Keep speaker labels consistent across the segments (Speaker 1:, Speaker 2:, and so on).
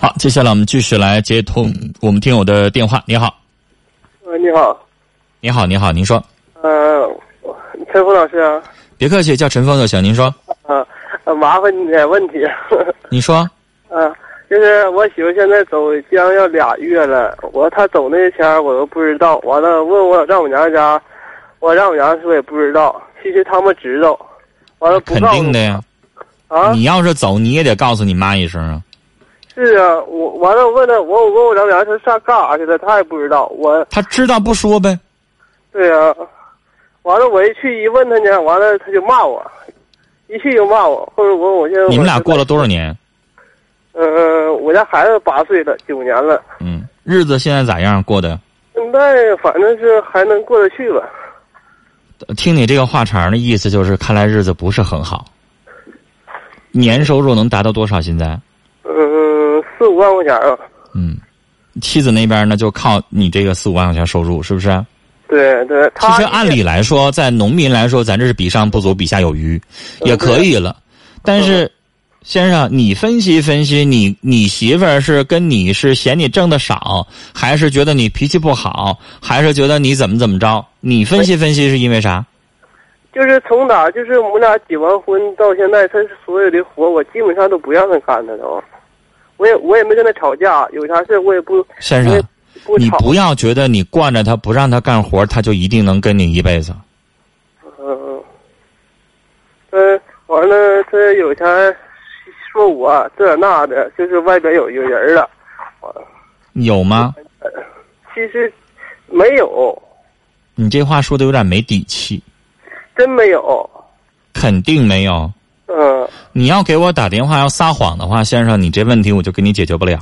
Speaker 1: 好，接下来我们继续来接通我们听友的电话。你好，
Speaker 2: 呃，你好，
Speaker 1: 你好，你好，您说，
Speaker 2: 呃，陈峰老师啊，
Speaker 1: 别客气，叫陈峰就行。您说，
Speaker 2: 呃，呃麻烦你点问题，
Speaker 1: 你说，
Speaker 2: 呃，就是我媳妇现在走将要俩月了，我她走那前儿我都不知道，完了问我丈母娘家，我丈母娘说也不知道，其实他们知道，完了不
Speaker 1: 肯
Speaker 2: 告诉
Speaker 1: 定的呀。
Speaker 2: 我啊
Speaker 1: 你，要是走，你也得告诉你妈一声啊。
Speaker 2: 是啊，我完了问了我我问我丈母娘说上干啥去了，她也不知道，我
Speaker 1: 她知道不说呗。
Speaker 2: 对呀、完了我一去一问她呢，完了她就骂我，一去就骂我，后来我我现在
Speaker 1: 你们
Speaker 2: 我
Speaker 1: 俩
Speaker 2: 现在
Speaker 1: 过了多少年？
Speaker 2: 呃，我家孩子八岁了，九年了，
Speaker 1: 嗯，日子现在咋样过的？
Speaker 2: 现在反正是还能过得去吧。
Speaker 1: 听你这个话茬儿的意思，就是看来日子不是很好。年收入能达到多少？现在，
Speaker 2: 嗯，四五万块钱吧。
Speaker 1: 嗯，妻子那边呢，就靠你这个四五万块钱收入，是不是？
Speaker 2: 对对，
Speaker 1: 其
Speaker 2: 他
Speaker 1: 实按理来说，在农民来说，咱这是比上不足，比下有余，
Speaker 2: 嗯
Speaker 1: 也可以了。
Speaker 2: 啊
Speaker 1: 但是，先生，你分析分析，你你媳妇儿是跟你是嫌你挣的少，还是觉得你脾气不好，还是觉得你怎么怎么着？你分析分析是因为啥？
Speaker 2: 就是从哪，就是我们俩结完婚到现在，他所有的活我基本上都不让他干的都。我也我也没跟他吵架，有啥事我也不
Speaker 1: 先
Speaker 2: 我
Speaker 1: 生
Speaker 2: 也，不
Speaker 1: 哎你
Speaker 2: 吵。
Speaker 1: 不要觉得你惯着他不让他干活，他就一定能跟你一辈子。
Speaker 2: 嗯嗯，他完了，他有钱说我这那的，就是外边有一个人了。
Speaker 1: 有吗？
Speaker 2: 其实没有，
Speaker 1: 你这话说的有点没底气，
Speaker 2: 真没有。
Speaker 1: 肯定没有。
Speaker 2: 嗯，
Speaker 1: 你要给我打电话要撒谎的话，先生，你这问题我就给你解决不了。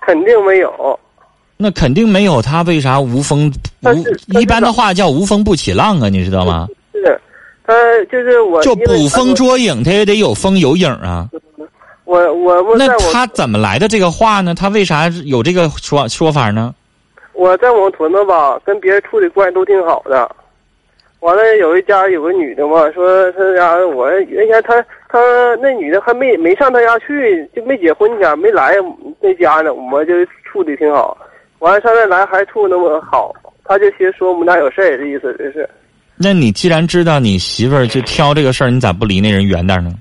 Speaker 2: 肯定没有。
Speaker 1: 那肯定没有他，为啥无风
Speaker 2: 但
Speaker 1: 无
Speaker 2: 是但是
Speaker 1: 一般的话叫无风不起浪啊？你知道吗？
Speaker 2: 是，他就是我
Speaker 1: 就
Speaker 2: 因为
Speaker 1: 捕风捉影，他也得有风有影啊。
Speaker 2: 我我我
Speaker 1: 那
Speaker 2: 在我
Speaker 1: 他怎么来的这个话呢？他为啥有这个说说法呢？
Speaker 2: 我在我们屯子吧，跟别人处的关系都挺好的。完了，有一家有个女的嘛，说她家我原先她她那女的还没没上她家去，就没结婚前没来那家呢，我们就处的挺好。完了上那来还处那么好，她就先说我们俩有事儿的意思，就是
Speaker 1: 那你既然知道你媳妇儿就挑这个事儿，你咋不离那人远点儿呢？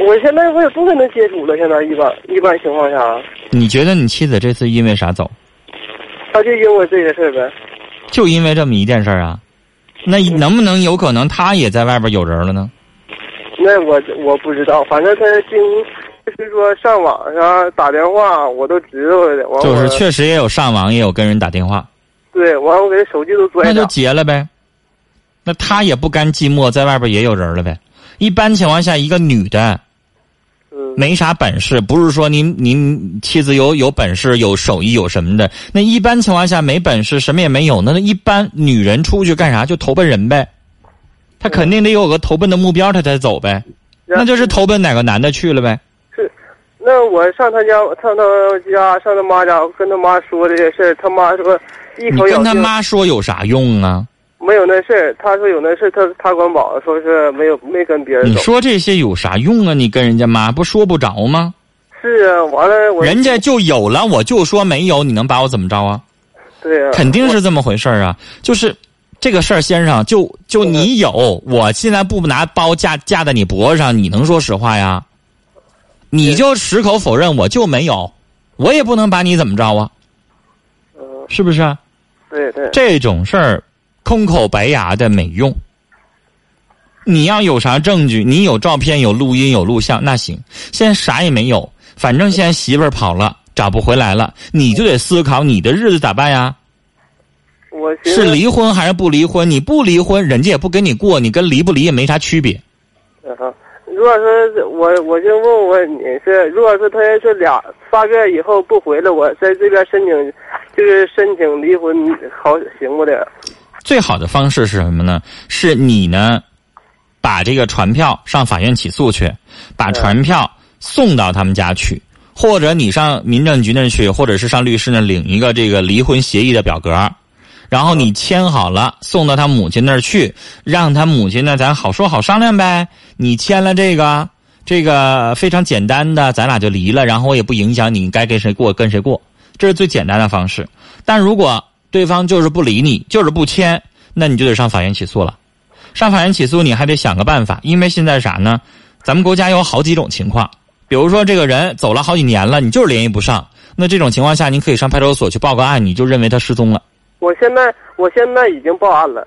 Speaker 2: 我现在我也不跟她接触了，现在一般一般情况下，
Speaker 1: 你觉得你妻子这次因为啥走？
Speaker 2: 她就因为这些事儿呗。
Speaker 1: 就因为这么一件事儿啊？那
Speaker 2: 嗯
Speaker 1: 能不能有可能他也在外边有人了呢？
Speaker 2: 那我我不知道，反正他经就是说上网上打电话，我都知道了的。完
Speaker 1: 就
Speaker 2: 我
Speaker 1: 是确实也有上网，也有跟人打电话，
Speaker 2: 对，完我给他手机都摔
Speaker 1: 那就
Speaker 2: 了。
Speaker 1: 结了呗。那他也不甘寂寞，在外边也有人了呗。一般情况下，一个女的
Speaker 2: 嗯，
Speaker 1: 没啥本事，不是说您您妻子有有本事、有手艺、有什么的。那一般情况下没本事，什么也没有，那一般女人出去干啥就投奔人呗。她肯定得有个投奔的目标，她才走呗。
Speaker 2: 嗯
Speaker 1: 那就是投奔哪个男的去了呗。
Speaker 2: 那我上他家，上他家，上他妈家，我跟他妈说这些事儿，他妈说一
Speaker 1: 你
Speaker 2: 口咬
Speaker 1: 跟他
Speaker 2: 定
Speaker 1: 妈说有啥用啊？
Speaker 2: 没有那事儿，他说有那事儿，他他管保，说是没有没跟别人
Speaker 1: 你
Speaker 2: 走。
Speaker 1: 说这些有啥用啊？你跟人家妈不说不着吗？
Speaker 2: 是啊，完了我
Speaker 1: 人家就有了，我就说没有，你能把我怎么着啊？
Speaker 2: 对啊，
Speaker 1: 肯定是这么回事儿啊，就是这个事儿，先生，就就你有，我现在不拿包架架在你脖子上，你能说实话呀？你就矢口否认，我就没有，我也不能把你怎么着啊，
Speaker 2: 嗯，
Speaker 1: 是不是啊？
Speaker 2: 对对，
Speaker 1: 这种事儿，空口白牙的没用。你要有啥证据？你有照片、有录音、有录像，那行。现在啥也没有，反正现在媳妇儿跑了，找不回来了，你就得思考你的日子咋办呀？
Speaker 2: 我寻
Speaker 1: 是
Speaker 2: 思
Speaker 1: 离婚还是不离婚？你不离婚，人家也不跟你过，你跟离不离也没啥区别。
Speaker 2: 啊，如果说我我就问问你是，如果说他要是俩仨月以后不回来，我在这边申请，就是申请离婚，好行不的？
Speaker 1: 最好的方式是什么呢？是你呢，把这个传票上法院起诉去，把传票送到他们家去，或者你上民政局那儿去，或者是上律师那儿领一个这个离婚协议的表格，然后你签好了，送到他母亲那儿去，让他母亲呢，咱好说好商量呗。你签了这个，这个非常简单的，咱俩就离了，然后我也不影响你该跟谁过跟谁过，这是最简单的方式。但如果对方就是不理你，就是不签，那你就得上法院起诉了。上法院起诉你还得想个办法，因为现在啥呢？咱们国家有好几种情况，比如说这个人走了好几年了，你就是联系不上，那这种情况下，您可以上派出所去报个案，你就认为他失踪了。
Speaker 2: 我现在我现在已经报案了，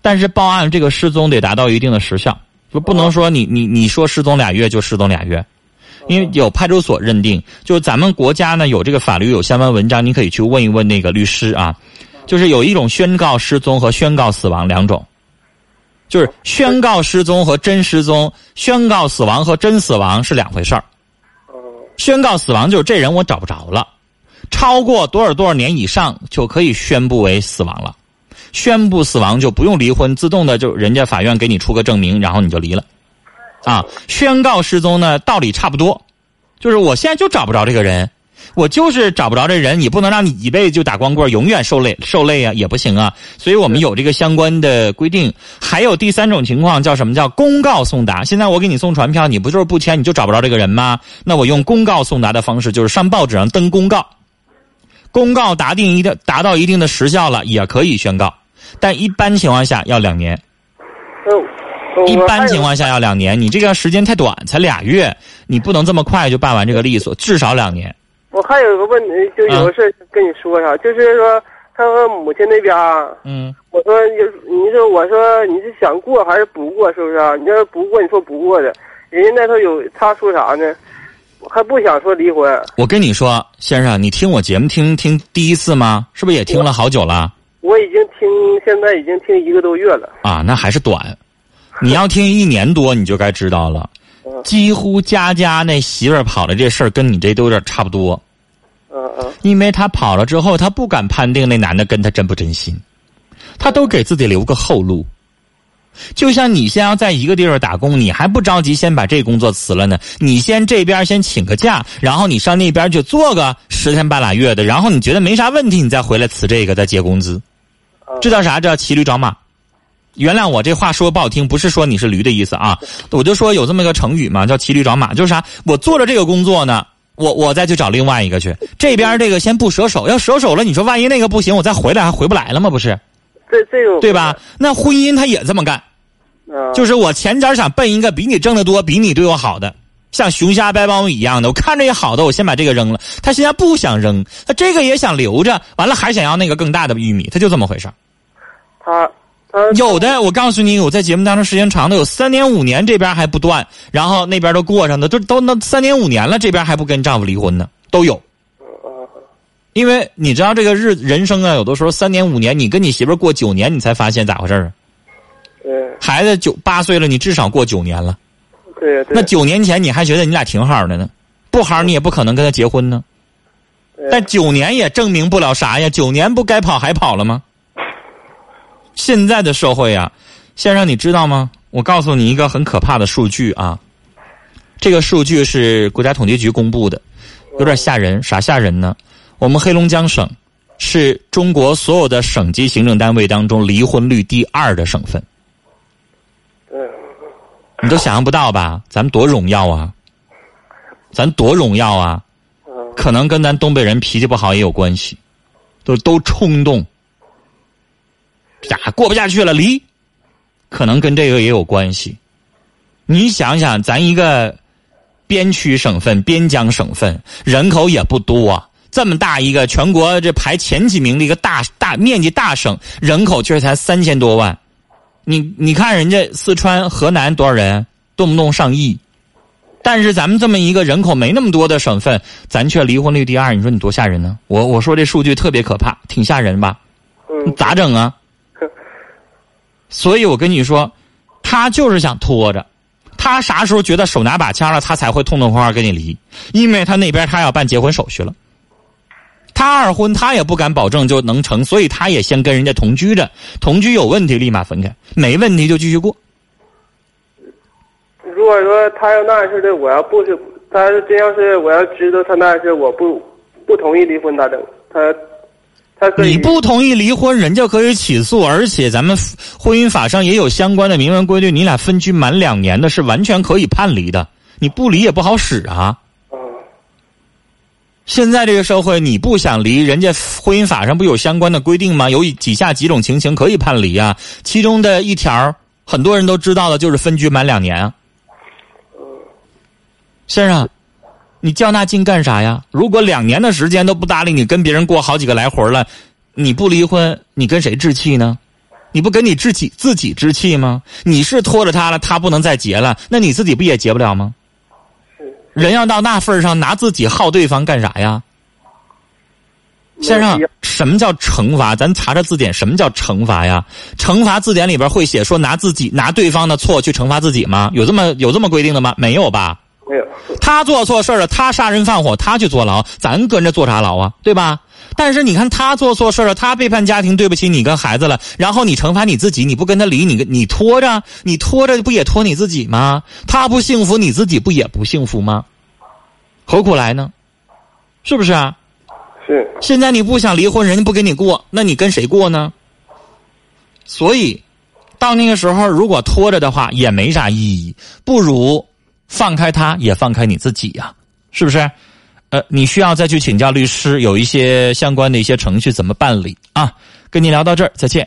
Speaker 1: 但是报案这个失踪得达到一定的时效，不不能说你你你说失踪俩月就失踪俩月，
Speaker 2: 嗯
Speaker 1: 因为有派出所认定，就是咱们国家呢有这个法律有相关文章，你可以去问一问那个律师啊，就是有一种宣告失踪和宣告死亡两种，就是宣告失踪和真失踪，宣告死亡和真死亡是两回事儿。
Speaker 2: 嗯，
Speaker 1: 宣告死亡就是这人我找不着了，超过多少多少年以上就可以宣布为死亡了。宣布死亡就不用离婚，自动的就人家法院给你出个证明，然后你就离了。啊，宣告失踪呢，道理差不多，就是我现在就找不着这个人，我就是找不着这人，你不能让你一辈子就打光棍，永远受累受累啊，也不行啊。所以我们有这个相关的规定。还有第三种情况叫什么叫公告送达？现在我给你送传票，你不就是不签，你就找不着这个人吗？那我用公告送达的方式，就是上报纸上登公告，公告达定一定达到一定的时效了，也可以宣告，但一般情况下要两年。
Speaker 2: 嗯
Speaker 1: 一般情况下要两年，你这个时间太短，才俩月，你不能这么快就办完这个利索，至少两年。
Speaker 2: 我还有一个问题，就有个事儿跟你说一下，就是说他和母亲那边儿，
Speaker 1: 嗯，
Speaker 2: 我说有你说我说你是想过还是不过，是不是、啊？你要不过，你说不过的，人家那头有他说啥呢？还不想说离婚，
Speaker 1: 我跟你说，先生，你听我节目听听第一次吗？是不是也听了好久了
Speaker 2: 我已经听现在已经听一个多月了，
Speaker 1: 啊？那还是短，你要听一年多，你就该知道了。几乎家家那媳妇儿跑了这事儿，跟你这都有点差不多，
Speaker 2: 嗯嗯
Speaker 1: 因为她跑了之后，她不敢判定那男的跟她真不真心，她都给自己留个后路。就像你先要在一个地方打工，你还不着急先把这工作辞了呢？你先这边先请个假，然后你上那边去做个十天半拉月的，然后你觉得没啥问题，你再回来辞这个再结工资，
Speaker 2: 嗯，
Speaker 1: 这叫啥？这叫骑驴找马。原谅我这话说不好听，不是说你是驴的意思啊，我就说有这么个成语嘛，叫骑驴找马，就是啥？我做着这个工作呢，我我再去找另外一个去，这边这个先不舍手，要舍手了，你说万一那个不行，我再回来还回不来了吗？不是，
Speaker 2: 这这种
Speaker 1: 对吧？？那婚姻他也这么干。
Speaker 2: 嗯，
Speaker 1: 就是我前脚想奔一个比你挣得多、比你对我好的，像熊瞎掰苞米一样的。我看着也好的，我先把这个扔了。他现在不想扔，他这个也想留着，完了还想要那个更大的玉米，他就这么回事儿
Speaker 2: 他他
Speaker 1: 有的我告诉你，我在节目当中时间长的有三年五年，这边还不断，然后那边都过上的，都都那三年五年了，这边还不跟丈夫离婚呢，都有。
Speaker 2: 嗯
Speaker 1: 因为你知道这个日人生啊，有的时候三年五年，你跟你媳妇儿过九年，你才发现咋回事儿啊？
Speaker 2: 嗯
Speaker 1: 孩子九八岁了，你至少过九年了。
Speaker 2: 对对，
Speaker 1: 那九年前你还觉得你俩挺好的呢，不好你也不可能跟他结婚呢。
Speaker 2: 对
Speaker 1: 但九年也证明不了啥呀，九年不该跑还跑了吗？现在的社会呀、先生你知道吗？我告诉你一个很可怕的数据啊，这个数据是国家统计局公布的，有点吓人，啥吓人呢？我们黑龙江省是中国所有的省级行政单位当中离婚率第二的省份。
Speaker 2: 嗯
Speaker 1: 你都想象不到吧？咱们多荣耀啊！咱多荣耀啊！
Speaker 2: 嗯
Speaker 1: 可能跟咱东北人脾气不好也有关系，都都冲动，呀，过不下去了，离，可能跟这个也有关系。你想想，咱一个边区省份、边疆省份，人口也不多、啊这么大一个全国这排前几名的一个大大面积大省，人口却才三千多万。你你看人家四川、河南多少人，动不动上亿。但是咱们这么一个人口没那么多的省份，咱却离婚率第二，你说你多吓人呢？我我说这数据特别可怕，挺吓人吧？你
Speaker 2: 嗯，
Speaker 1: 咋整啊？所以我跟你说，他就是想拖着，他啥时候觉得手拿把掐了，他才会痛痛快快跟你离，因为他那边他要办结婚手续了。他二婚，他也不敢保证就能成，所以他也先跟人家同居着，同居有问题立马分开，没问题就继续过。
Speaker 2: 如果说他要那样似的，我要不是他真要是我要知道他那样是我不不同意离婚咋整？他他可以
Speaker 1: 你不同意离婚，人家可以起诉，而且咱们婚姻法上也有相关的明文规定，你俩分居满两年的是完全可以判离的。你不离也不好使啊。
Speaker 2: 嗯
Speaker 1: 现在这个社会，你不想离，人家婚姻法上不有相关的规定吗？有几下几种情形可以判离啊，其中的一条，很多人都知道的，就是分居满两年啊。先生，你较那劲干啥呀？如果两年的时间都不搭理你，跟别人过好几个来回了，你不离婚，你跟谁置气呢？你不跟你自己自己置气吗？你是拖着他了，他不能再结了，那你自己不也结不了吗？人要到那份儿上，拿自己耗对方干啥呀？先生，什么叫惩罚？咱查查字典，什么叫惩罚呀？惩罚字典里边会写说拿自己拿对方的错去惩罚自己吗？有这么有这么规定的吗？没有吧？
Speaker 2: 没有，
Speaker 1: 他做错事儿了，他杀人放火，他去坐牢，咱跟着坐啥牢啊？对吧？但是你看他做错事儿了，他背叛家庭，对不起你跟孩子了，然后你惩罚你自己，你不跟他离，你跟你拖着，你拖着不也拖你自己吗？他不幸福，你自己不也不幸福吗？何苦来呢？是不是啊？
Speaker 2: 是
Speaker 1: 现在你不想离婚，人家不跟你过，那你跟谁过呢？所以，到那个时候如果拖着的话，也没啥意义，不如放开他，也放开你自己呀、是不是？呃，你需要再去请教律师，有一些相关的一些程序怎么办理啊？跟您聊到这儿，再见。